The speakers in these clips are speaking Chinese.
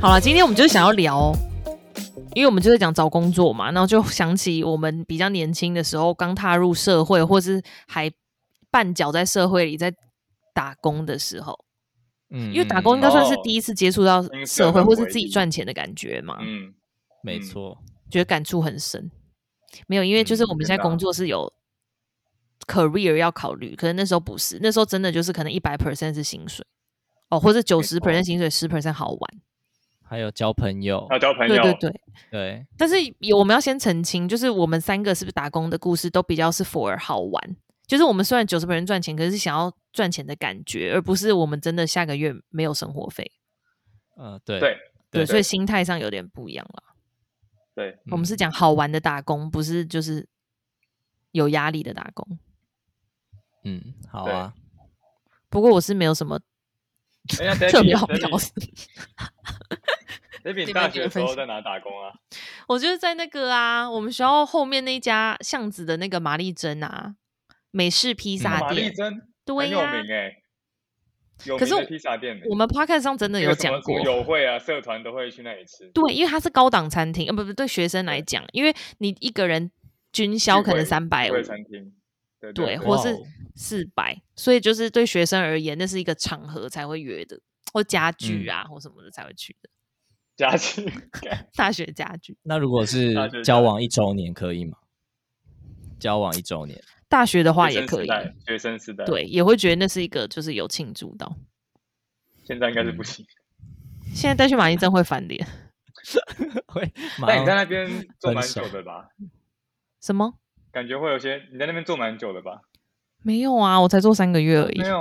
好了，今天我们就是想要聊，因为我们就在讲找工作嘛，然后就想起我们比较年轻的时候，刚踏入社会，或是还绊脚在社会里在打工的时候，嗯，因为打工应该算是哦第一次接触到那个社会，很或是回自己忆赚钱的感觉嘛，嗯，没嗯错，觉得感触很深。没有，因为就是嗯我们现在真的啊工作是有 career 要考虑，可是那时候不是，那时候真的就是可能一百 percent 是薪水哦，或者九十 percent 薪水，十 percent 好玩。还有交朋友，要交朋对友，对对，对，但是有我们要先澄清，就是我们三个是不是打工的故事都比较是 for 好玩，就是我们虽然九十本人赚钱，可是想要赚钱的感觉，而不是我们真的下个月没有生活费。呃，对对嗯对，对所以心态上有点不一样了。对我嗯们是讲好玩的打工，不是就是有压力的打工。嗯，好对啊，不过我是没有什么哎 呀特别好，Debbie，Debbie，表示， Debbie，你你大们学的时分候享在哪打工啊？我就是在那个啊，我们学校后面那家巷子的那个玛丽珍啊，美式披萨打嗯玛丽店，珍对很有呀、名哎，有可名是的我披萨店欸呢，我们 podcast 上真的那有个什讲么什过么，友会啊，社团都会去那里吃，对，因为它是高档餐厅，呃，不不，对学生来讲，因为你一个人均销可能聚会三百聚五会，餐厅，对对，对，或是哇哦四百，所以就是对学生而言，那是一个场合才会约的，或家具嗯啊、或什么的才会去的，假期 大学家具，那如果是大学交生往一周年可以吗？交往一 周年，大学的话学也生时可以，代，学生时代，对，，也会觉得那是一个就是有庆祝到。现在应该嗯是不行。现在再去马 丽珍会翻脸，会马但你在上那边做分蛮手久的吧？什么？感觉会有些你在那边做蛮久的吧？没有啊，我才做三个月而已没，有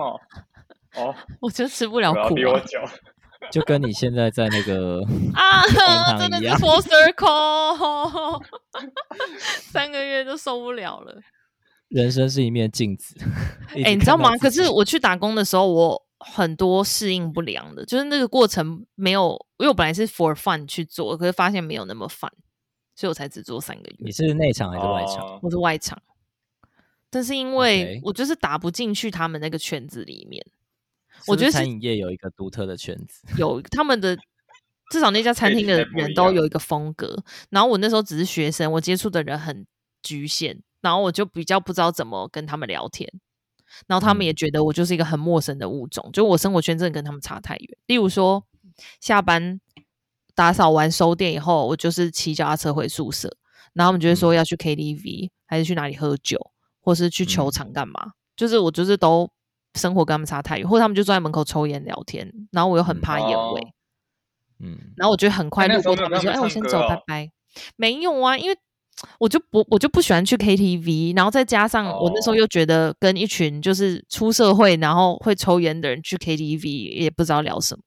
哦，我就吃不了我要苦比我啊久，就跟你现在在那 个啊！堂真的一是样 full circle，三个月就受不了了。人生是一面镜子，哎、你知道吗？可是我去打工的时候，我很多适应不良的，就是那个过程没有，因为我本来是 for fun 去做，可是发现没有那么 fun，所以我才只做三个你月，是内场还是外场？哦我是外场。但是因为 OK 我就是打不进去他们那个圈子里面，是我不觉得是餐是饮业有一个独特的圈子， 有他们的至少那家餐厅的不一人样都有一个风格。然后我那时候只是学生，我接触的人很局限，然后我就比较不知道怎么跟他们聊天。然后他们也嗯觉得我就是一个很陌生的物种，就我生活圈真的跟他们差太远。例如说，下班打扫完收店以后，我就是骑脚踏车回宿舍，然后他们就会嗯说要去 KTV，、还是去哪里喝酒，或是去球嗯场干嘛。就是我就是都生活跟他们差太远，或者他们就坐在门口抽烟聊天，然后我又很嗯怕烟哦味，嗯，然后我就很快那路时候过没他们说：“有跟哎，他我们先唱歌走，拜哦拜。”没有啊，因为我就不我就不喜欢去 KTV，然后再加上我那时候哦又觉得跟一群就是出社会然后会抽烟的人去 KTV 也不知道聊什么。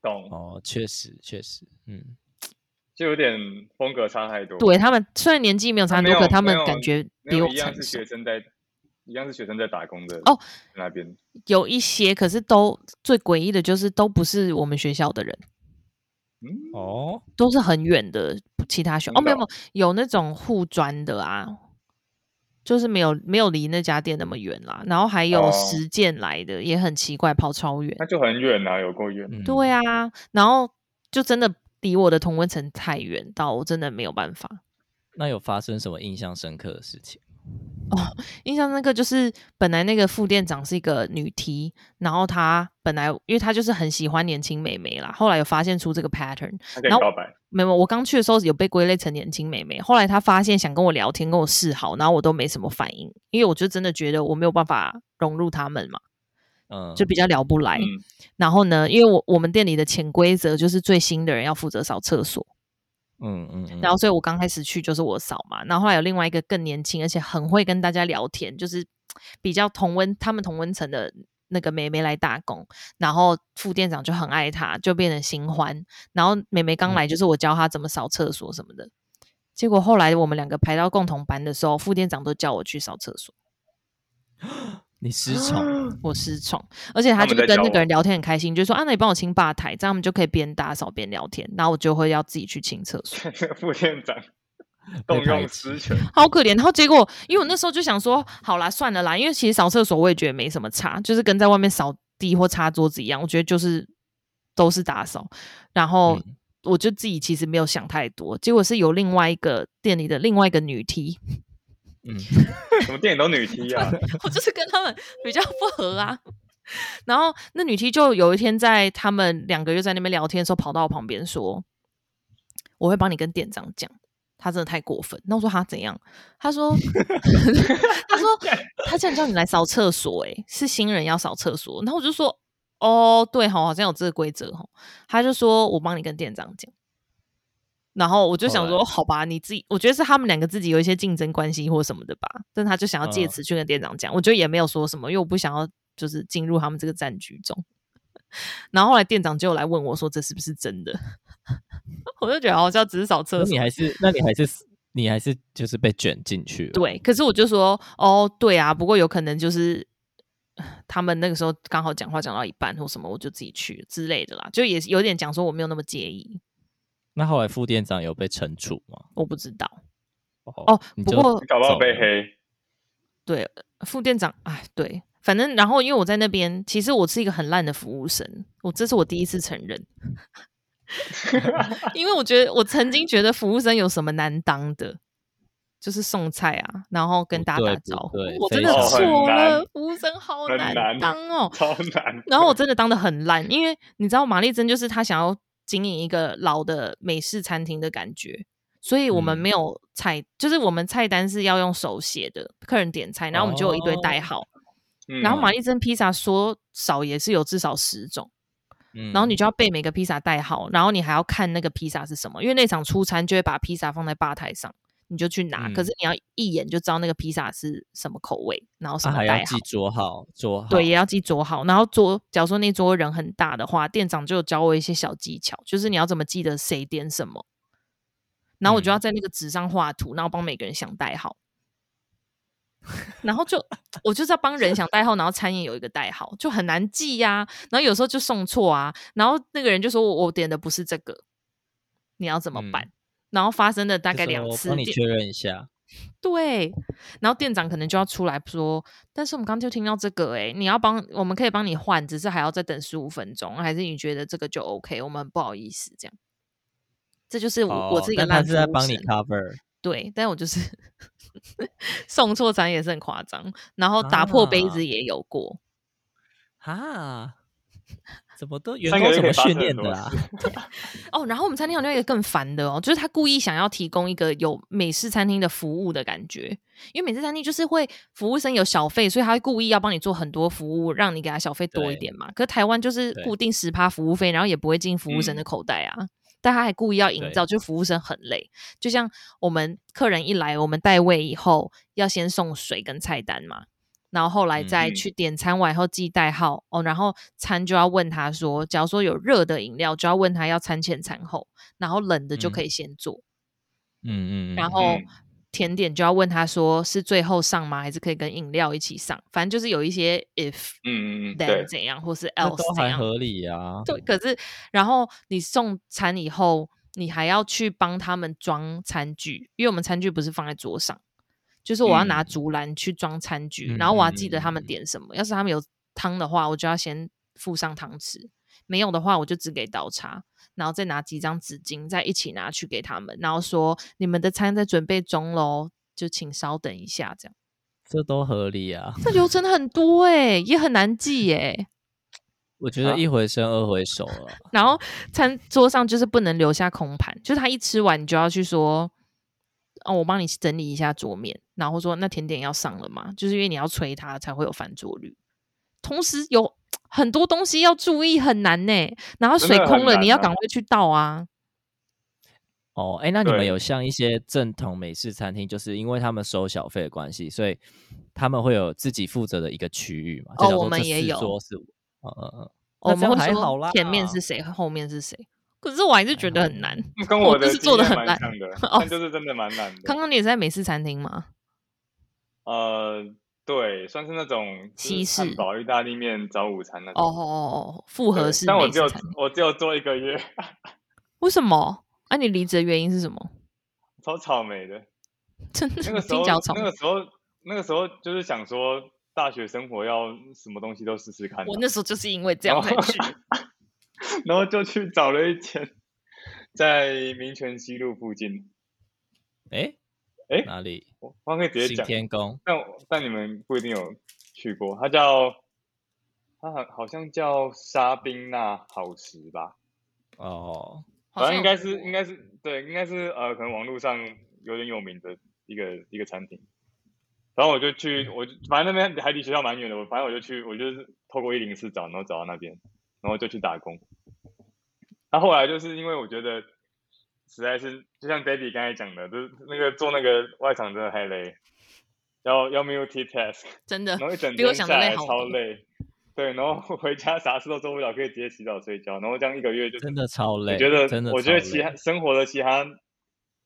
懂，哦，确实确实，嗯，就有点风格差太多。对他们虽然年纪没有差他很没多，可有他没们有感觉没比有我一样成是熟学。生在，一样是学生在打工的哦，那边有一些，可是都最诡异的就是都不是我们学校的人，嗯哦，都是很远的其他学校。哦，真没的有没有，有那种护专的啊，就是没有没有离那家店那么远啦。然后还有哦实践来的、也很奇怪，跑超远。那就很远啊，有够远。嗯对啊，然后就真的离我的同温层太远，到我真的没有办法。那有发生什么印象深刻的事情？印象那个就是本来那个副店长是一个女 T，然后她本来因为她就是很喜欢年轻美眉啦，后来有发现出这个 pattern，他然跟你后告白，没有，我刚去的时候有被归类成年轻妹妹，后来她发现想跟我聊天，跟我示好，然后我都没什么反应，因为我就真的觉得我没有办法融入他们嘛，嗯，就比较聊不来。嗯， 然后呢，因为我我们店里的潜规则就是最新的人要负责扫厕所，嗯嗯嗯，然后所以我刚开始去就是我扫嘛，然后后来有另外一个更年轻，而且很会跟大家聊天，就是比较同温他们同温层的那个妹妹来打工，然后副店长就很爱她，就变成新欢。然后妹妹嗯刚来就是我教她怎么扫厕所什么的，结果后来我们两个排到共同班的时候，副店长都叫我去扫厕所，你失 宠，我失宠，而且他他就们是在跟那教个我人聊天很开心，就说啊，那你帮我清吧台，这样我们就可以边打扫边聊天，然后我就会要自己去清厕所。副店长动排用挤私权，好可怜。然后结果，因为我那时候就想说，好啦，算了啦，因为其实扫厕所我也觉得没什么差，就是跟在外面扫地或擦桌子一样，我觉得就是都是打扫。然后嗯我就自己其实没有想太多，结果是有另外一个店里的另外一个女 T，嗯，什么电影都女踢 啊，我就是跟他们比较不合啊。 然后那女 T 就有一天在他们两个月在那边聊天的时候，跑到我旁边说：“我会帮你跟店长讲。”他真的太过分。那我说他怎样？他说，他说他竟然叫你来扫厕所、欸，是新人要扫厕所。然后我就说，哦，对吼，好像有这个规则吼。他就说我帮你跟店长讲。然后我就想后说，哦好吧，你自己，我觉得是他们两个自己有一些竞争关系或什么的吧。但他就想要借嗯此去跟店长讲，我觉得也没有说什么，因为我不想要就是进入他们这个战局中。 然后后来店长就来问我说，这是不是真的？ 我就觉得好像只是扫厕那所你还是那你还是你还是就是被卷进去了，对，可是我就说，哦，对啊，不过有可能就是呃他们那个时候刚好讲话讲到一半或什么，我就自己去之类的啦，就也是有点讲说我没有那么介意，那后来副店长有被惩处吗？我不知道哦哦。你不就过嗯搞不好被走了黑。对副店长，哎，对，反正然后因为我在那边，其实我是一个很烂的服务生，我这是我第一次承认。 因为我觉得我曾经觉得服务生有什么难当的，就是送菜啊，然后跟不大家打对不招呼对，我真非的常错哦难了，服务生好很难当哦。超难。然后我真的当的很烂，因为你知道玛丽珍就是她想要经营一个老的美式餐厅的感觉，所以我们嗯没有菜，就是我们菜单是要用手写的，客人点菜，然后我们就有一堆代号，哦嗯然后玛丽珍披萨说少也是有至少十种，嗯然后你就要背每个披萨代号，然后你还要看那个披萨是什么，因为那场出餐就会把披萨放在吧台上。你就去拿，可嗯是你要一眼就知道那个披萨是什么口味，然后什他么啊还代要号。记桌号，桌号对，也要记桌号。然后桌，假如说那桌人很大的话，店长就有教我一些小技巧，就是你要怎么记得谁点什么。然后我就要嗯在那个纸上画图，然后帮每个人想代号。然后就我就是要帮人想代号，然后餐饮有一个代号，就很难记呀、然后有时候就送错啊，然后那个人就说我我点的不是这个，你要怎么嗯办？然后发生了大就概说两我次帮你店确认一下，对，然后店长可能就要出来说，但是我们刚就听到这个、欸，你要帮，我们可以帮你换，只是还要再等十五分钟，还是你觉得这个就 OK？我们很不好意思，这样。这就是我、我哦是一个但他烂是服在务帮你生 cover，对，但我就是 送错餐也是很夸张，然后打破杯啊子也有过，哈，啊怎么都员三个工月怎可以么发训生练很的啊多啊啦？哦，然后我们餐厅好像有一个更烦的哦，就是他故意想要提供一个有美式餐厅的服务的感觉，因为美式餐厅就是会服务生有小费，所以他会故意要帮你做很多服务，让你给他小费多一对点嘛。可是台湾就是对固定十趴服务费，然后也不会进服务生的嗯口袋啊。但他还故意要营对造，就服务生很累，就像我们客人一来，我们带位以后要先送水跟菜单嘛，然后后来再嗯去点餐完以后记代号、哦，然后餐就要问他说，假如说有热的饮料，就要问他要餐前餐后，然后冷的就可以先做，嗯嗯，嗯然嗯后嗯甜点就要问他说是最后上吗，还是可以跟饮料一起上，反正就是有一些 if 嗯嗯嗯，对 then，怎样，或是那 else 都怎还样，合理啊，对，可是然后你送餐以后，你还要去帮他们装餐具，因为我们餐具不是放在桌上，就是我要拿嗯竹篮去装餐具，嗯然后我要嗯记嗯得他们嗯点什么。要是他们有汤的话，我就要先附上汤匙；没有的话，我就只给刀叉。然后再拿几张纸巾，再一起拿去给他们，然后说你们的餐在准备中喽，就请稍等一下，这样。这都合理啊。这流程很多哎、也很难 记哎、我觉得啊一回生二回熟了，然后餐桌上就是不能留下空盘，就是他一吃完，你就要去说，哦，我帮你整理一下桌面，然后说那甜点要上了吗？就是因为你要催他才会有翻桌率。同时有很多东西要注意，很难呢、然后真水的空很了，你难要啊赶快去倒啊。哦，哎，那你们对有像一些正统美式餐厅，就是因为他们收小费的关系，所以他们会有自己负责的一个区域嘛？就哦想我说们这也四有桌是，嗯嗯嗯，哦我那这们样会还好说啦，前面是谁，后面是谁。可是我还是觉嗯得很难。跟我我的就是做得经验很蛮烂像的 哦，但就是真的蛮难刚的。刚你也是在美式餐厅吗？呃，对，算是那种就是西汉式堡、意大利面早午餐那哦种。哦哦，哦复对合式嗯但我美只有式餐厅。我只有做一个月， 为什么？啊，你离职的原因是什么？超草莓的。真的 那个时听候起来好草莓那个时候那个时候就是想说，大学生活要什么东西都试试看啊、哦我那时候就是因为这样才 去，然后就去找了一间在民权西路附近，哎诶哪里？我我可以直接新讲，天宫但我但你们不一定有去过，它叫它好好像叫沙宾纳好食吧，哦，好反像正应有该是应过该是对，应该是呃，可能网络上有点有名的一个一个产品。然后我就去，我就反正那边还离学校蛮远的，我反正我就去，我就是透过一零四找，然后找到那边，然后就去打工。那、后来就是因为我觉得实在是，就像 Daddy 刚才讲的，就是那个做那个外场真的太累，要要 multitask，真的然后一整比我天想下的累来好超多累。对，然后 回家啥事都做不了，可以直接洗澡睡觉，然后这样一个月就真的超累，我觉得，真的超累，我觉得其他生活的其他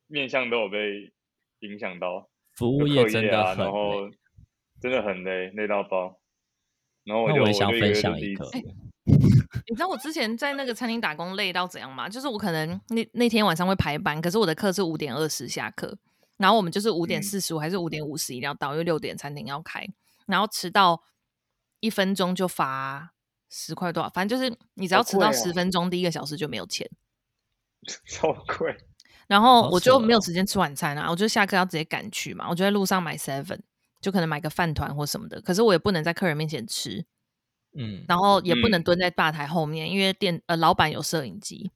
面向都有被影响到，服就务课业真业的啊，很然累。后真的很累，累到爆。然后我那就我也我想分就个月就享一离个职你知道我之前在那个餐厅打工累到怎样吗？就是我可能那那天晚上会排班，可是我的课是五点二十下课，然后我们就是五点嗯四十五还是五点五十一定要到，因为六点餐厅要开，然后迟到一分钟就罚十块多少，反正就是你只要好迟到贵哦十分钟，第一个小时就没有钱。 超贵，然后好我就扯没有哦时间吃晚餐啊，我就下课要直接赶去嘛，我就在路上买 seven，就可能买个饭团或什么的，可是我也不能在客人面前吃，嗯，然后也不能嗯蹲在吧台后面，因为店呃老板有摄影机，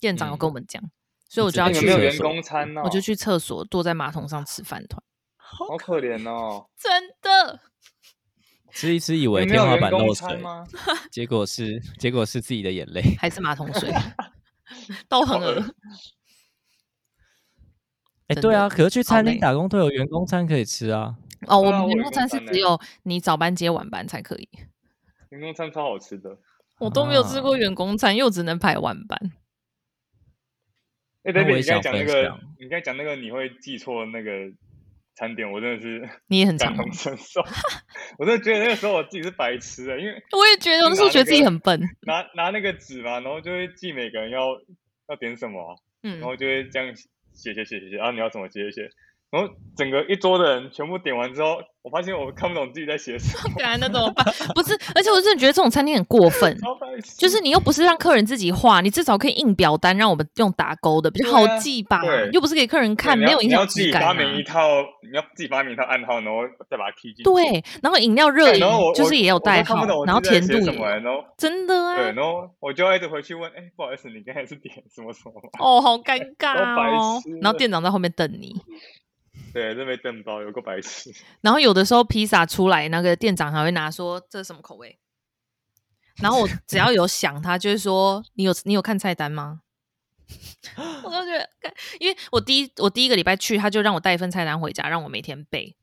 店长有跟嗯我们讲，所以你我只就要能你去们没厕有员厕所所，工餐哦，我就去厕所坐在马桶上吃饭团，好可怜 哦。真的吃一吃以你为们没天有花员板工漏餐水，吗？结果是结果是自己的眼 泪。还是马桶水，都很好恶恶。哎，真对的啊，可是去餐累厅打工都有员工餐可以吃啊。哦， 我对啊们我员有工一餐是公餐只欸有你早班接晚班才可以，员工餐超好吃的。我都没有吃啊过员工餐，又只能排晚班。哎那我，David，也你刚才想讲那分个享，你刚才讲那个你会记错那个餐点，我真的是 你也很感常同 身受。 我真的觉得那个时候我自己是白痴的，因为我也觉得，我那时候拿觉得那自己个很笨。拿拿那个纸嘛，然后就会记每个人要要点什么啊、嗯然，后就会这样写写写写写，啊然后你要什么写写写，然后整个一桌的人全部点完之后，我发现我看不懂自己在写什么，，干那怎么办？不是，而且我真的觉得这种餐厅很过分超白痴。就是你又不是让客人自己画，你至少可以印表单让我们用打勾的，比较对好啊记吧对？又不是给客人对看，你没要有影你要响自质己感发啊。明一套，你要自己发明一套暗号，然后再把它 key 进去。对，然后饮料热对然后饮我就是我也有我都代看号不懂，我然后自己在甜度写什也么，有然后真的对，啊然，后我就要一直回去问，哎，不好意思，你刚才是点什么什么吗？哦，好 尴尬白哦痴。然后了店长在后面等你，对，这被瞪包，有个白痴。然后有的时候披萨出来，那个店长还会拿说这是什么口味，然后我只要有想，他就会说你有你有看菜单吗？ 我都觉得，干因为我第一我第一个礼拜去，他就让我带一份菜单回家，让我每天背，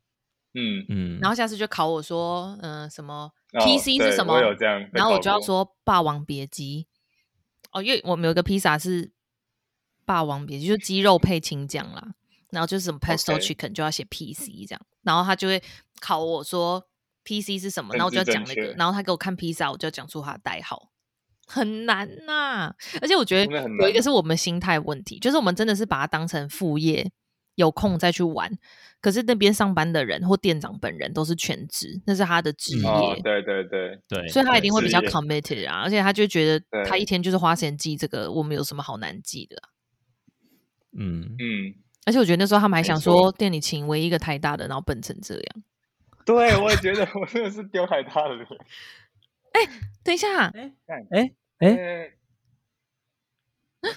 嗯，嗯，然后下次就考我说，嗯、什么哦 PC 是对什么我有这样被然后我考就要过说《霸王别姬》哦，因为我们有一个披萨是《霸王别姬》，就是鸡肉配青酱啦，然后就是什么 pesto OK chicken 就要写 PC 这样，然后他就会考我说 PC 是什么，认然后我就要知讲那正个，确然后他给我看披萨，我就要讲出它的代号。很难呐、而且我觉真的得很有一难个是我们心态问题，就是我们真的是把它当成副业，有空再去玩。可是那边上班的人或店长本人都是全职，那是他的职嗯业，哦，对对对，对，所以他一定会是比较耶 committed 啊，而且他就觉得对他一天就是花钱记这个，我们有什么好难记的啊、嗯，嗯。而且我觉得那时候他们还没想说，店里请唯一一个台大的，然后笨成这样。 对，我也觉得我真的是丢海他的脸。 等一下，哎、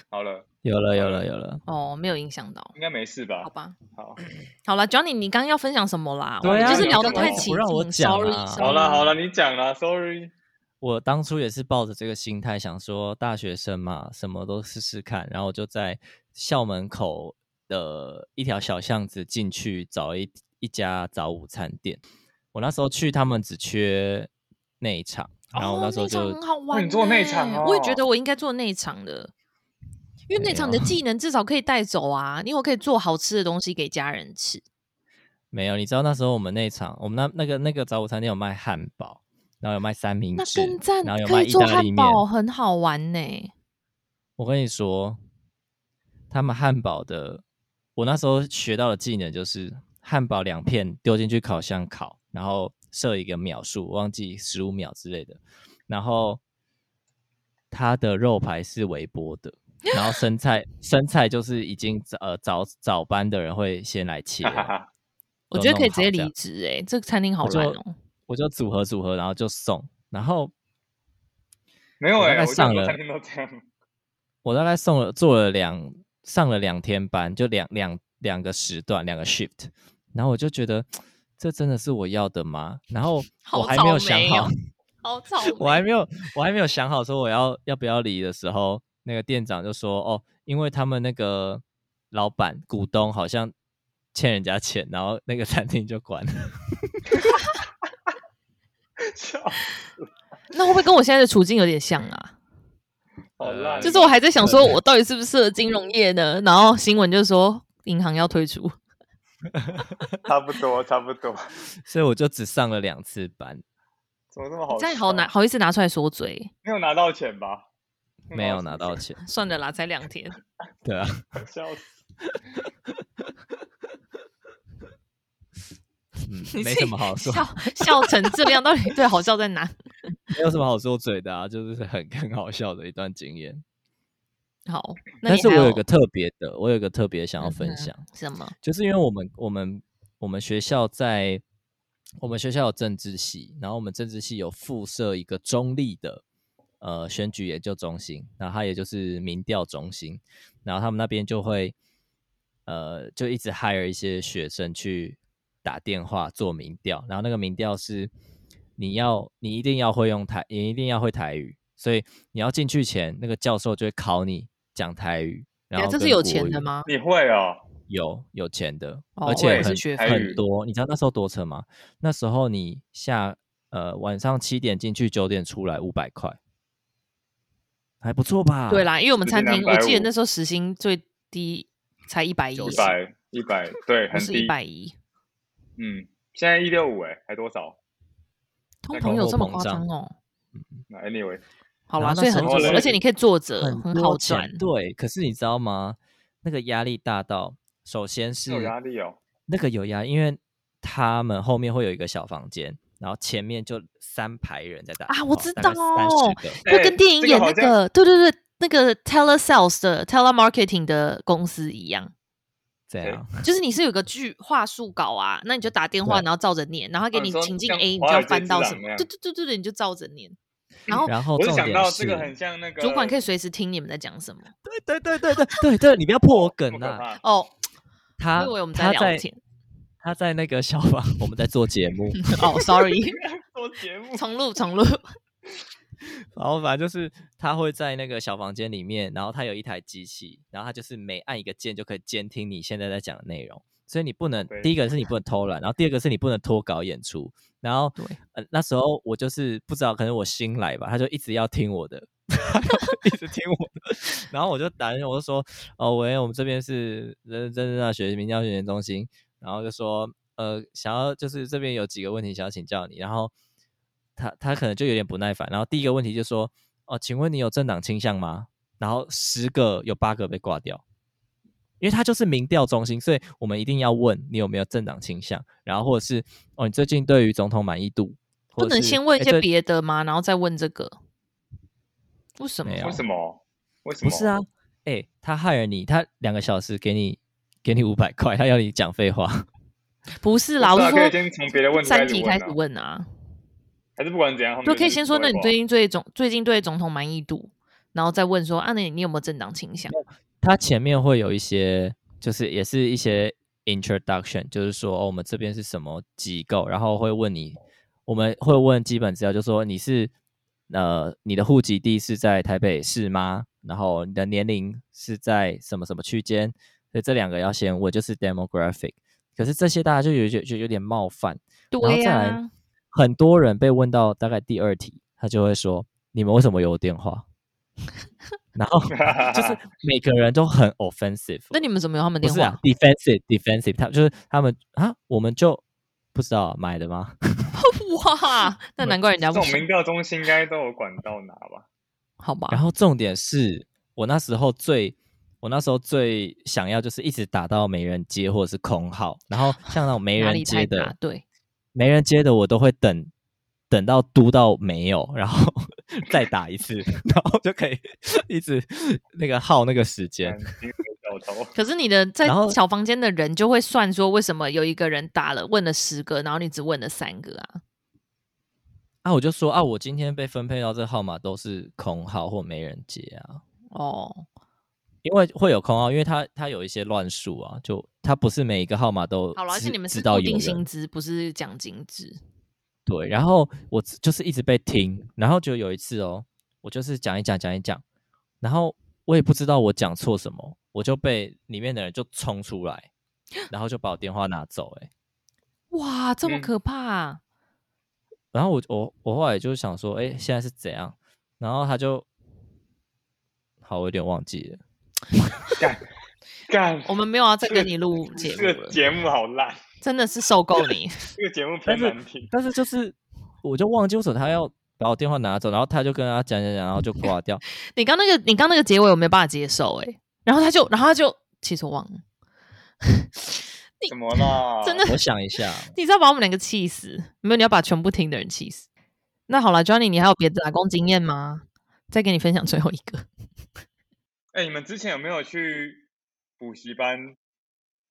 好了，有了有了有了。哦，没有影响到，应该没事吧好？吧？嗯好，好了，Johnny，你刚刚要分享什么啦？对我们啊就是你聊干得嘛太不起劲让我讲，sorry，啊 sorry。好了好了，你讲了，sorry。 我当初也是抱着这个心态，想说大学生嘛，什么都试试看。然后我就在校门口的一条小巷子进去找一一家早午餐店。我那时候去，他们只缺内场，然后我哦那时候内场就、很好玩、欸，你做内场我也觉哦得我应该做内场的，因为内没场有你的技能至少可以带走啊，因为我可以做好吃的东西给家人吃。没有。你知道那时候我们那场，我们那那个那个早午餐店有卖汉堡，然后有卖三明那治更赞然后，有可卖以意做大利汉面。堡，很好玩呢、我跟你说，他们汉堡的我那时候学到的技能就是汉堡两片丢进去烤箱烤，然后设一个秒数，忘记十五秒之类的，然后它的肉排是微波的，然后生菜生菜就是已经呃早早班的人会先来切了，哈哈，我都觉得可以弄直接好这样离职哎，这个餐厅好我就烂哦。我就组合组合，然后就送，然后 没有我大哎、概我觉得上很多了餐厅都这样， 我大概送了做了两上了两天班，就两两两个时段两个 shift，然后我就觉得这真的是我要的吗？然后好我还没有草想莓好哦，好草我还没有我还没有想好说我要要不要离的时候，那个店长就说哦，因为他们那个老板股东好像欠人家钱，然后那个餐厅就关了。笑，那会不会跟我现在的处境有点像啊？好烂哦，呃就是我还在想说，我到底是不是适合金融业呢？然后新闻就说银行要退出，差不多差不多，所以我就只上了两次班，怎么这么好？这样好拿，好意思拿出来说嘴？没有拿到钱吧？没有拿到钱。算了啦，才两天。对啊，钱，笑死。嗯， 你没自己什么好说，笑笑成这样，到底对好笑在哪？没有什么好说嘴的啊，就是很 很好笑的一段经验。好，那但你是我还有有一个特别的，我有一个特别想要嗯分哼享，什么？就是因为我们我们我们学校在我们学校有政治系，然后我们政治系有附设一个中立的呃选举研究中心，然后它也就是民调中心，然后他们那边就会呃就一直 hire 一些学生去打电话做民调，然后那个民调是你要你一定要会用台，你一定要会台语，所以你要进去前，那个教授就会考你讲台语。然哎后这是跟有国钱语的吗？你会哦？有有钱的，哦而我且也是很学台语很多。你知道那时候多扯吗？那时候你下呃晚上七点进去，九点出来，五百块，还不错吧？对，啦，因为我们时餐薪厅，我记得250那时候时薪最低才一百一，一百一百，对，不很是一低。百一。嗯，现在一六五哎，还多少通在膨通有货这么膨夸胀张哦？那？Anyway，好然啦，后所以那时很候多就，是而且你可以坐着，很好多钱赚。对，可是你知道吗？那个压力大到，首先是有压力哦。那个有压力，因为他们后面会有一个小房间，然后前面就三排人在打啊电我话知大概30个就哎跟电影这个演好那像个，对对对，那个 telesales 的 telemarketing 的公司一样，这样。就是你是有个剧话术稿啊，那你就打电话，对然后照着念，然后他给哦你你说情境像 A，你华就要尔街翻之到狼什那么？样对对对对对，你就照着念，然后然后我是重想点到是这个很像那个主管可以随时听你们在讲什么。对对对对对对，你不要破我梗这么可呐、怕 哦，他因为我们在他聊在天 他在那个消防，我们在做节目，哦，sorry， 做节目，重录重录， 然后反正就是他会在那个小房间里面，然后他有一台机器，然后他就是每按一个键就可以监听你现在在讲的内容，所以你不能对第一个是你不能偷懒，然后第二个是你不能脱稿演出，然后对呃那时候我就是不知道，可能我新来吧，他就一直要听我 的。他就一直听我的，然后我就打进去，我就说，哦喂，我们这边是人真大学民教训练中心，然后就说，呃，想要就是这边有几个问题想要请教你，然后他他可能就有点不耐烦，然后第一个问题就说，哦，请问你有政党倾向吗？然后十个有八个被挂掉，因为他就是民调中心，所以我们一定要问你有没有政党倾向，然后或者是哦，你最近对于总统满意度，不或者能是先问一哎些对别的吗？然后再问这个？为什么没？有为什么？为什么？不是啊，哎、他害了你，他两个小时给你给你五百块，他要你讲废话，不是不啦，我是是啊可说以先从别的问题三始题问开啊始问啊。还是不管怎样，他们对，就可以是先说，那你不会最近对总最近对总统满意度，然后再问说，啊，那你你有没有政党倾向？他前面会有一些，就是也是一些 introduction，就是说、哦、我们这边是什么机构，然后会问你，我们会问基本资料，就说你是呃你的户籍地是在台北市吗？然后你的年龄是在什么什么区间？所以这两个要先问，就是 demographic。可是这些大家就有就就有点冒犯，然后对再呀、来，很多人被问到大概第二题，他就会说：“你们为什么有我电话？” 然后管。就是每个人都很 offensive，那你们怎么有他们不电是话？啊，defensive defensive，他就是他们啊，我们就不知道买的吗？ 哇，那难怪人家这不种行民，调中心应 该都有管道拿吧？好吧？然后重点是我那时候最我那时候最想要就是一直打到没人接或者是空号，然后像那种没压人力接太的大，，对，没人接的我都会等等到嘟到没有，然后 再打一次，然后就可以 一直那个耗那个时间看。金额小偷，可是你的在然后小房间的人就会算说，为什么有一个人打了问了十个，然后你只问了三个啊？啊，我就说啊，我今天被分配到这号码都是空号或没人接啊，哦，因为会有空号，因为它它有一些乱数啊，就它不是每一个号码都好了，而且知你们知是道固有定人薪资，不是奖金制。对，然后我只就是一直被听，然后就有一次哦，我就是讲一讲讲一讲，然后我也不知道我讲错什么，我就被里面的人就冲出来，然后就把我电话拿走、欸，哇，这么嗯可怕啊、然后我我我后来就想说，哎、现在是怎样？然后他就，好，我有点忘记了， 干我们没有要再跟你录哦节目这个了，节目好烂，真的是受够你。这个节目偏但是难听。但是就是我就忘记为什么他要把我电话拿走，然后他就跟他讲讲讲，然后就挂掉，你刚那个，你刚那个结尾我没办法接受哎、然后他就，然后他就，其实我忘了，怎么啦？真的我想 一下，你知道把我们两个气死，没有，你要把全部听的人气死。那好了，Johnny，你还有别的打工经验吗？再给你分享最后一个。哎、你们之前有没有去补习班？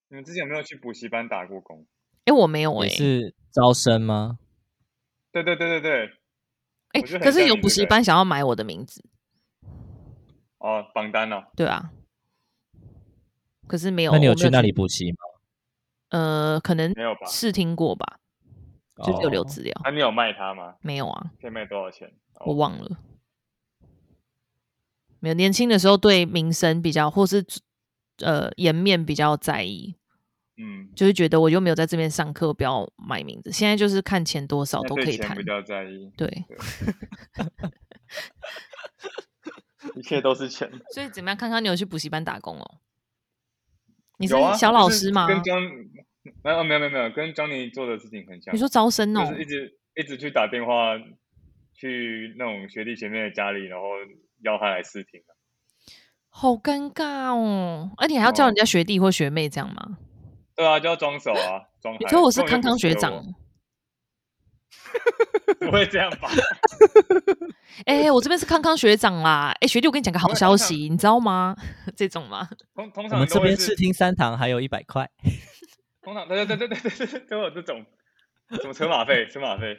你们之前有没有去补习班打过工？哎、我没有哎、你是招生吗？对对对对对，哎、我觉得很可是像有你补这习个班想要买我的名字，哦，榜单啊，对啊。可是没有，那你有我没去那里？补习吗？呃，可能没有吧？试听过吧，就是有留哦资料，那、你有卖它吗？没有啊，可以卖多少钱？我哦忘了。没有，年轻的时候对名声比较，或是呃颜面比较在意，嗯，就是觉得我又没有在这边上课，不要买名字。现在就是看钱多少那都对可以钱谈比，较在意，对。一切都是钱。所以怎么样？康康，你有去补习班打工哦？你是有啊，小就老是师吗？跟江，没有没有没有没有，跟江宁做的事情很像。你说招生哦就？是一直一直去打电话去那种学弟学妹的家里，然后邀他来试听啊。好尴尬哦！而且还要叫哦人家学弟或学妹这样吗？对啊，就要装手啊，装嗨。你说我是根康本就不康学适合长我，不会这样吧？哎、我这边是康康学长啦。哎、学弟，我跟你讲个好不会消通常息，你知道吗？ 这种吗？通 通我常们都这会边是试听三堂还有一百块，通常对对对对对对，都有这种什么车马费、车马费，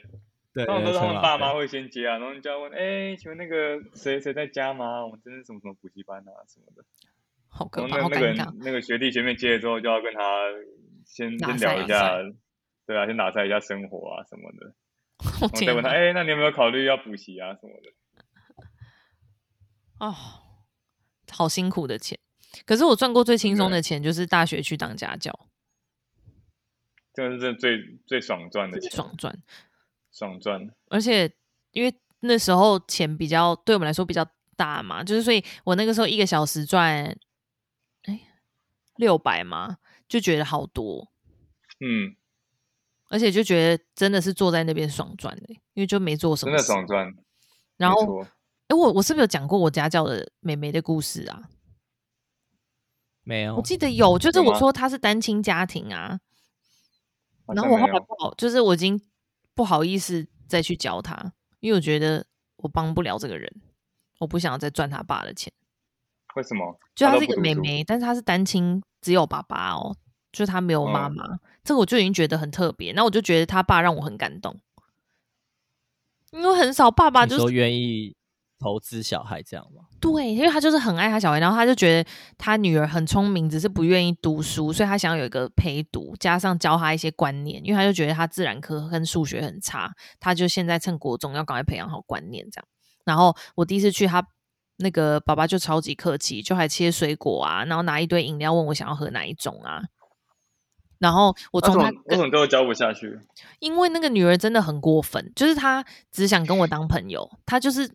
对通常都是他们爸妈会先接啊，然后你就要问，哎，请问那个谁谁在家吗？我们真是什么什么补习班啊什么的。好可然后怕，好哦尴嗯那那个尬。 那个学弟学妹接了之后，就要跟他先拉先塞聊一拉下，对啊，先打探一下生活啊什么的。我然后再天问他，哪！哎、那你有没有考虑要补习啊什么的？哦，好辛苦的钱。可是我赚过最轻松的钱就是大学去当家教，这个是真的最最爽赚的钱，爽赚。爽赚。而且因为那时候钱比较对我们来说比较大嘛，就是所以我那个时候一个小时赚哎六百嘛，就觉得好多，嗯，而且就觉得真的是坐在那边爽赚的、因为就没做什真么的事爽赚。然没后错哎，我我是不是有讲过我家教的妹妹的故事啊？没有我，记得有，就是哦有我吗说她是单亲家庭啊，好然像后我后没来有不好，就是我已经不好意思再去教他，因为我觉得我帮不了这个人，我不想要再赚他爸的钱。为什么？就他她都是一不个读妹书，妹，但是她是单亲，只有爸爸哦，就她没有妈嗯妈。这个我就已经觉得很特别，那我就觉得她爸让我很感动，因为很少爸爸你就说是愿意投资小孩这样吗？对，因为他就是很爱他小孩，然后他就觉得他女儿很聪明，只是不愿意读书，所以他想要有一个陪读，加上教他一些观念，因为他就觉得他自然科跟数学很差，他就现在趁国中要赶快培养好观念这样。然后我第一次去他那个爸爸就超级客气，就还切水果啊，然后拿一堆饮料问我想要喝哪一种啊。然后我为什从他么为什么都教不下去？因为那个女儿真的很过分，就是她只想跟我当朋友，她就是。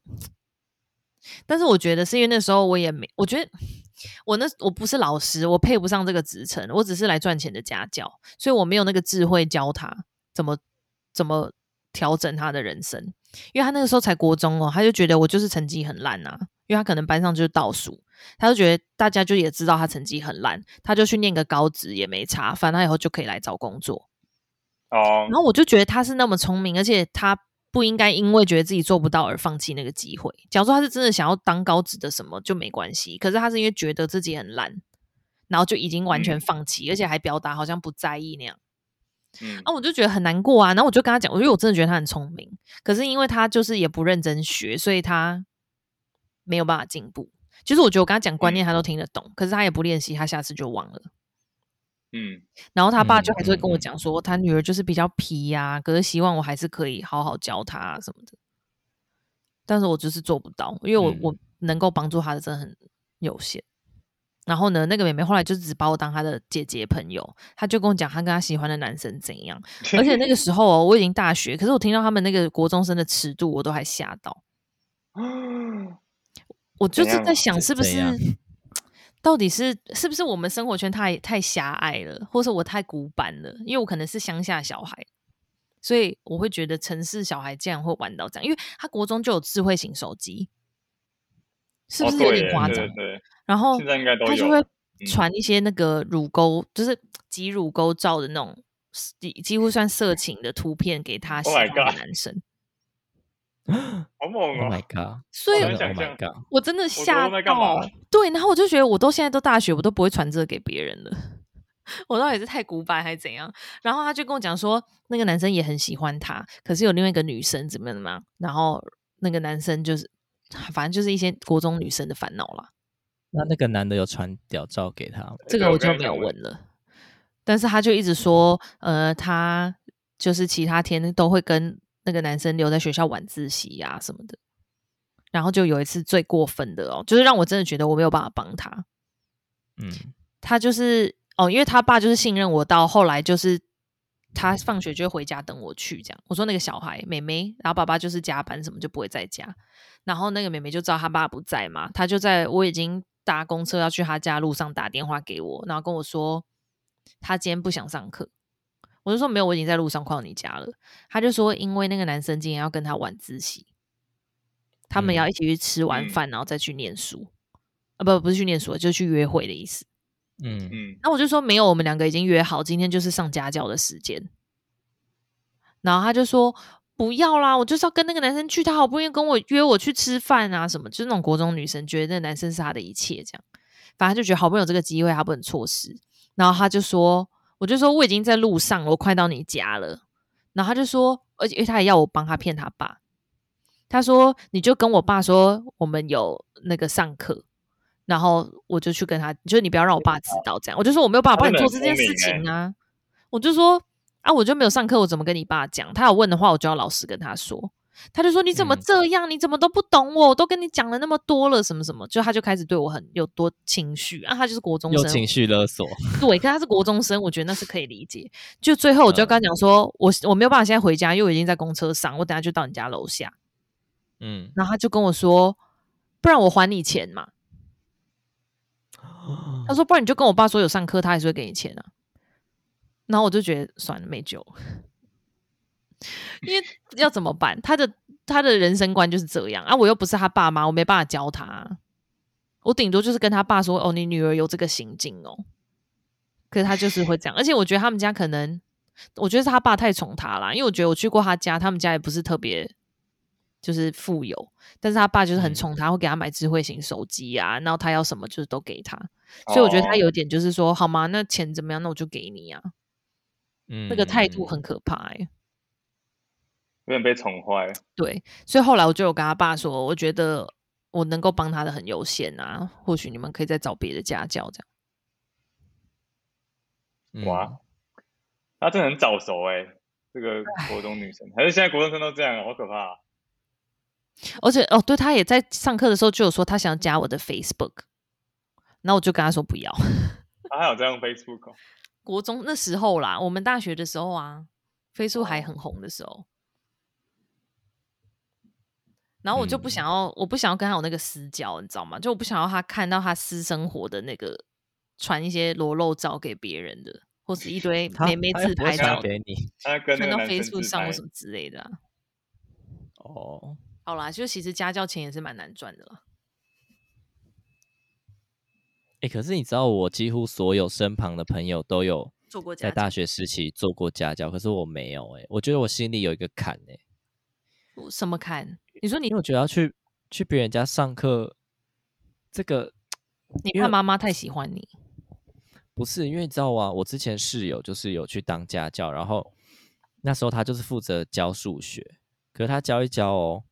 但是我觉得是因为那时候我也没，我觉得我那我不是老师，我配不上这个职称，我只是来赚钱的家教，所以我没有那个智慧教她怎么怎么调整她的人生。因为她那个时候才国中哦，她就觉得我就是成绩很烂啊，因为她可能班上就是倒数，他就觉得大家就也知道他成绩很烂，他就去念个高职也没差，反正他以后就可以来找工作。哦然，后我就觉得他是那么聪明，而且他不应该因为觉得自己做不到而放弃那个机会。假如说他是真的想要当高职的什么就没关系，可是他是因为觉得自己很烂，然后就已经完全嗯放弃，而且还表达好像不在意那样。嗯啊，我就觉得很难过啊。然后我就跟他讲，因为我真的觉得他很聪明，可是因为他就是也不认真学，所以他没有办法进步。其实我觉得我跟他讲观念，他都听得懂，可是他也不练习，他下次就忘了。嗯然后他爸就嗯还是会跟我嗯嗯讲说，他女儿就是比较皮呀、可是希望我还是可以好好教她啊什么的。但是我就是做不到，因为嗯我、我能够帮助她的真的很有限。然后呢，那个妹妹后来就只把我当她的姐姐朋友，她就跟我讲她跟她喜欢的男生怎样，而且那个时候哦，我已经大学，可是我听到他们那个国中生的尺度，我都还吓 到。我就是怎样在想，怎是不怎是样 到底是是不是我们生活圈太太狭隘了，或是我太古板了？因为我可能是乡下小孩，所以我会觉得城市小孩竟然会玩到这样，因为他国中就有智慧型手机，是不哦是有对点耶夸对张？对，然后现在应该都他就有会了嗯传一些那个乳沟，就是挤乳沟照的那种，几几乎算色情的图片给他 Oh 喜欢 my 的 God 男生。好猛 Oh my 哦！ god！所以真的想 Oh 象 my god！我真的国吓中在干到嘛，对，然后我就觉得我都现在都大学，我都不会传这个给别人了， 我到底是太古板还是怎样？然后他就跟我讲说，那个男生也很喜欢他，可是有另外一个女生怎么样怎么样，然后那个男生就是，反正就是一些国中女生的烦恼啦。那那个男的有传屌照给他吗？这对个我我就刚才没有想问问了。但是他就一直说，呃，他就是其他天都会跟那个男生留在学校晚自习呀、什么的。然后就有一次最过分的哦，就是让我真的觉得我没有办法帮他。嗯，他就是哦，因为他爸就是信任我到后来就是。他放学就会回家等我去，这样。我说那个小孩妹妹，然后爸爸就是加班什么就不会在家，然后那个妹妹就知道她爸不在嘛，她就在我已经搭公车要去她家路上打电话给我，然后跟我说她今天不想上课。我就说没有，我已经在路上快到你家了。她就说因为那个男生今天要跟她晚自习，他们嗯要一起去吃完嗯饭，然后再去念书。啊，不，不是去念书，就是去约会的意思。嗯，嗯那我就说没有，我们两个已经约好，今天就是上家教的时间。然后他就说不要啦，我就是要跟那个男生去，他好不容易跟我约我去吃饭啊什么，就是那种国中女生觉得那个男生是她的一切这样，反正就觉得好不容易有这个机会，她不能错失。然后他就说，我就说我已经在路上了，我快到你家了。然后他就说，而且因为他也要我帮他骗他爸，他说你就跟我爸说我们有那个上课，然后我就去跟他，就是你不要让我爸知道这样。我就说我没有办法帮你做这件事情啊，我就说啊我就没有上课，我怎么跟你爸讲？他有问的话，我就要老实跟他说。他就说你怎么嗯这样？你怎么都不懂我？我都跟你讲了那么多了，什么什么？就他就开始对我很有多情绪啊，他就是国中又生，情绪勒索，对，可是他是国中生，我觉得那是可以理解。就最后我就跟他讲说，我我没有办法现在回家，因为我已经在公车上，我等下就到你家楼下。嗯，然后他就跟我说，不然我还你钱嘛。他说，不然你就跟我爸说有上课，他还是会给你钱啊。然后我就觉得算了，没救了，因为要怎么办？他的他的人生观就是这样啊，我又不是他爸妈，我没办法教他啊、我顶多就是跟他爸说，哦，你女儿有这个行径哦。可是他就是会这样，而且我觉得他们家可能，我觉得是他爸太宠他啦，因为我觉得我去过他家，他们家也不是特别就是富有，但是他爸就是很嗯宠他，会给他买智慧型手机啊，然后他要什么就是都给他，所以我觉哦得他有点就是说，好吗？那钱怎么样？那我就给你啊，那嗯那个态度很可怕哎、有点被宠坏，对，所以后来我就有跟他爸说，我觉得我能够帮他的很有限啊，或许你们可以再找别的家教这样。嗯嗯哇，她真的很早熟哎，这个国中女生，还是现在国中生都这样，好可怕啊！而且哦，对，他也在上课的时候就有说他想加我的 Facebook，那我就跟他说不要。 她还有在用 Facebook，哦国中那时候啦，我们大学的时候啊，Facebook 还很红的时候，然后我就不嗯想要，我不想要跟他有那个私交，你知道吗？就我不想要他看到他私生活的那个传一些裸露照给别人的，或是一 堆他妹妹他又自不会拍想照传给你她跟那传到个男生 Facebook 自上拍或，什么之类的啊、哦，好啦，就其实家教钱也是蛮难赚的啦。哎、可是你知道，我几乎所有身旁的朋友都有做过家在教，大学时期做过家教，可是我没有哎、我觉得我心里有一个坎哎、我什么看？你说你因为我觉得要去去别人家上课，这个你因为怕妈妈太喜欢你，不是因为你知道啊，我之前室友就是有去当家教，然后那时候他就是负责教数学，可是他教一教哦，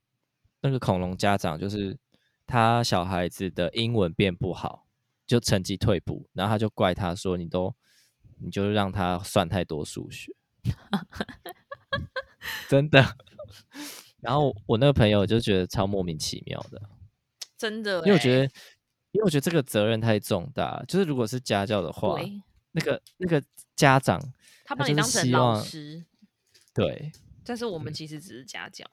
那个恐龙家长就是他小孩子的英文变不好，就成绩退步，然后他就怪他说你都你就让他算太多数学， 真的。 然后我那个朋友就觉得超莫名其妙的，真的欸、因为我觉得，因为我觉得这个责任太重大，就是如果是家教的话，对那个那个家长他他把你就是当成希老望师，对，但是我们其实只是家教。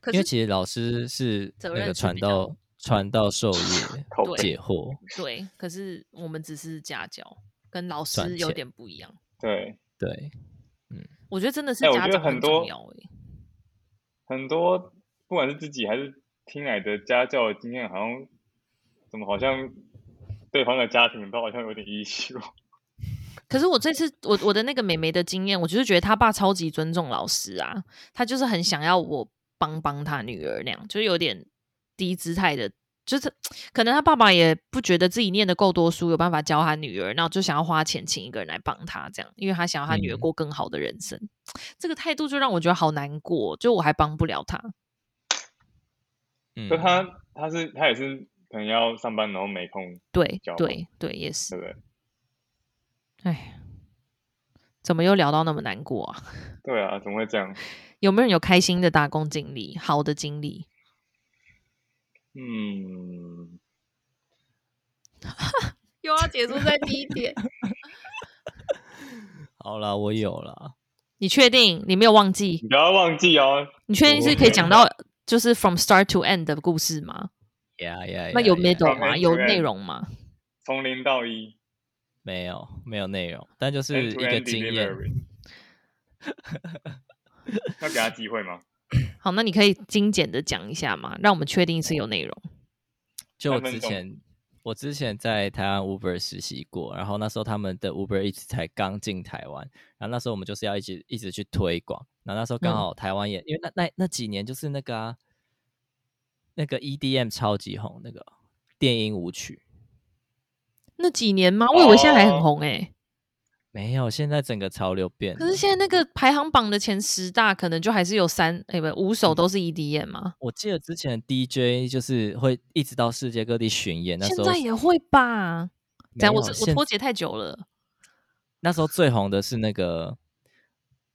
可因为是其实老师是责那任个是传比较道传道授业靠对解惑，对，可是我们只是家教，跟老赚师有钱点不一样。对，对，我觉得真的是哎我家觉得长重很多要哎、很多不管是自己还是听来的家教的经验，好像怎么好像对方的家庭都好像有点 issue。可是我这次我我的那个妹妹的经验，我就是觉得她爸超级尊重老师啊，他就是很想要我帮帮他女儿那样，就是有点低姿态的，就是可能他爸爸也不觉得自己念的够多书，有办法教他女儿，然后就想要花钱请一个人来帮他这样，因为他想要他女儿嗯过更好的人生。这个态度就让我觉得好难过，就我还帮不了他。嗯就，他他是他也是可能要上班，然后没空，对交往对对，也是对。不对？哎，怎么又聊到那么难过啊？对啊，怎么会这样？有没有人有开心的打工经历、好的经历？嗯，又要结束在第一点，好啦，我有啦，你确定你没有忘记你？不要忘记哦，你确定是可以讲到就是 from start to end 的故事吗？呀呀，那有 yeah, yeah， middle 吗？ From end to 有内 end 容吗？从零到一没有没有内容，但哎就 e 是 n 一 to 个 end 经验， delivery。要给他机会 吗？好，那你可以精简的讲一下吗？让我们确定是有内容。就三我分之钟前，我之前在台湾 Uber 实习过，然后那时候他们的 Uber 一直才刚进台湾，然后那时候我们就是要一直一直去推广，然后那时候刚嗯好台湾也、因为那那那几年就是那个啊，那个 EDM 超级红，那个电音舞曲那几年吗？我以为现在还很哦红哎、没有，现在整个潮流变了，可是现在那个排行榜的前十大，可能就还是有三哎不五首都嗯是 EDM 吗？我记得之前 DJ 就是会一直到世界各地巡演，那现时候在也会吧？没这样有我是我现脱节太久了，那时候最红的是那个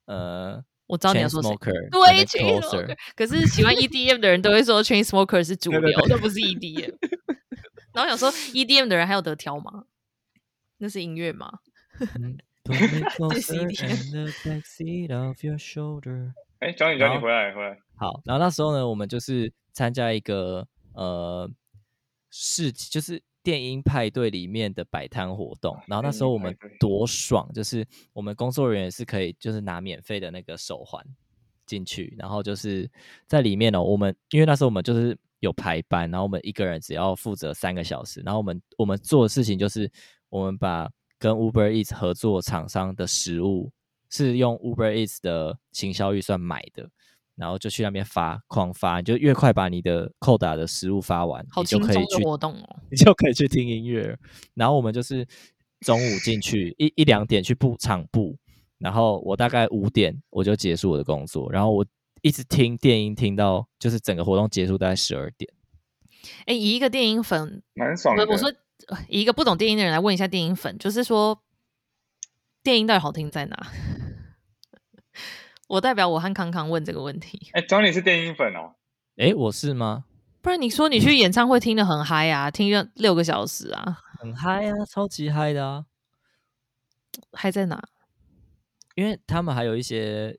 呃。我知道你要说谁。 Chainsmoker 的那对个 Chain Closer Smoker，可是喜欢 EDM 的人都会说 Chain Smoker 是主对对流，那不是 EDM。然后想说 EDM 的人还有得挑吗？那是音乐吗？嗯 Pull Mm-hmm. me closer CD and the backseat of your shoulder。哎，Johnny 然后 Johnny 回来回来，好，然后那时候呢，我们就是参加一个呃市集，就是电音派对里面的摆摊活动。然后那时候我们电音派对多爽，就是我们工作人员是可以就是拿免费的那个手环进去，然后就是在里面哦，我们因为那时候我们就是有排班，然后我们一个人只要负责三个小时，然后我们我们做的事情就是我们把跟 Uber Eats 合作厂商的食物是用 Uber Eats 的行销预算买的。然后就去那边发，狂发，你就越快把你的扣打的食物发完，好你就轻可松以的去活动哦。你就可以去听音乐。然后我们就是中午进去一一两点去布场布，然后我大概五点我就结束我的工作，然后我一直听电音听到就是整个活动结束大概十二点。哎，以一个电影粉，蛮爽不的。是，我说呃以一个不懂电影的人来问一下电影粉，就是说电影到底好听在哪？ 我代表我和康康问这个问题，哎，Johnny 是电音 粉哦，诶，我是吗？不然你说你去演唱会听的很嗨啊，听了六个小时啊，很嗨啊，超级嗨的啊！嗨在哪？因为他们还有一些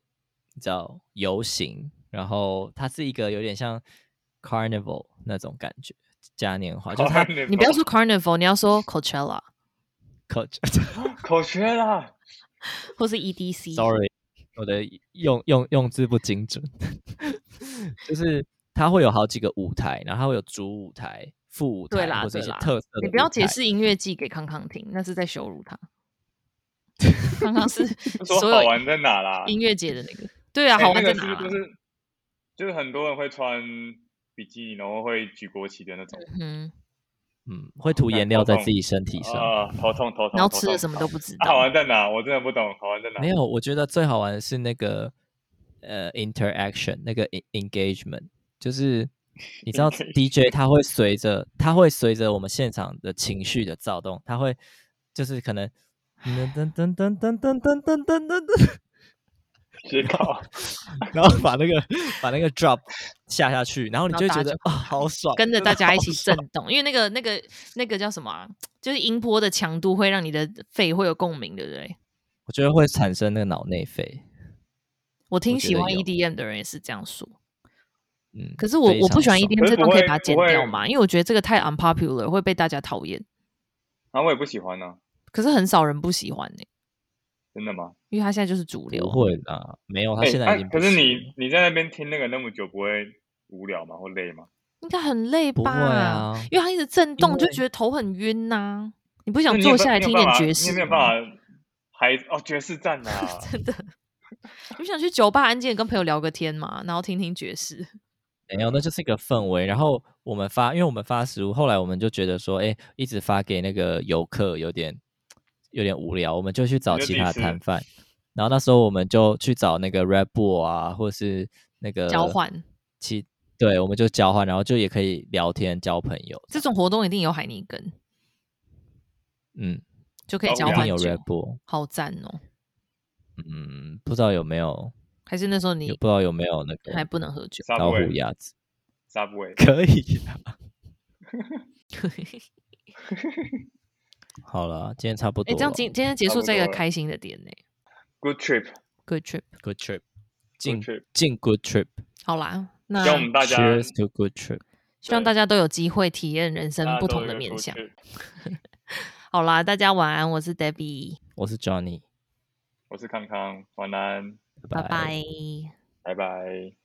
你知道游行，然后它是一个有点像 carnival 那种感觉，嘉年华， 就是它 Carnival 你不要说 Carnival，你要说 Coachella culture。 口诀啦，或是 E EDC。 Sorry，我的用用用字不 精准，就是它会有好几个舞台，然后它会有主舞台、副舞对台啦或者一对些啦特色的舞台。你不要解释音乐季给康康听，那是在羞辱 他。康康是说所好有玩在哪啦？音乐节的那个，对啊，哎好玩那在哪个是啊？不是就是就是很多人会穿比基尼，然后会举国旗的那种嗯，嗯，会涂看颜头料在痛自己身体上。啊，头痛头痛。然后头吃的痛什么都不知啊好道。玩在哪？我真的不懂，好玩在哪？没有，我觉得最好玩的是那个呃 interaction 那个 en- engagement，就是 你知道 DJ 他会随着他会随着我们现场的情绪的躁动，他会就是可能噔噔噔噔噔噔噔噔噔噔， 知道。然后把那个把那个 drop 下下去，然后你然后就会大觉家得就啊、好爽，跟着真大的家一好起爽震动，因为那个那个那个叫什么、啊，就是音波的强度会让你的肺会有共鸣，对不对？我觉得会产生那个脑内啡。我听我觉喜得欢有 EDM 的人也是这样说，嗯，可是我非我不常喜欢爽 EDM 可这是段，不可以会把它不剪会掉嘛？因为我觉得这个太 unpopular，会被大家讨厌。 啊，我也不喜欢呢、可是很少人不喜欢呢、真的吗？因为它现在就是主流不啊。会啦，没有，他哎现在啊已经不可是了你你在那边听那个那么久，不会无聊吗？或累吗？应该很累不吧？会啊因为它一直震动，就为觉得头很晕呐、你不想那你坐有下办来你听有一办点法爵你士有没有吗？办法还哦爵士站呐、啊 ？真的，你不想去酒吧安静地跟朋友聊个天嘛，然后听听爵士？没有，那就是一个氛围。然后我们发，因为我们发食物，后来我们就觉得说，哎，一直发给那个游客有点有点无聊，我们就去找就自其己他吃摊贩。然后那时候我们就去找那个 Red Bull 啊，或是那个交换其对，我们就交换，然后就也可以聊天交朋友。这种活动一定有海尼根，嗯，就可以哦交一定换有酒 Red，Bull。好赞哦！嗯，不知道有没有，还是那时候你也不知道有没有那还个不能喝酒？ 老虎 Subway 鸭子， Subway，可以啊。好了，今天差不哎、多了。这样今今天结束差不多这个了开心的点呢、 Good Trip， Good trip， Good trip，进 trip 进 Good trip。好啦，那希望我们大家 Cheers to good trip。希望大家都有机会体验人生大家不都同有的一个面 Good 向。 Trip 好啦，大家晚安，我是 Debbie，我是 Johnny，我是康康，晚安，拜拜。拜拜。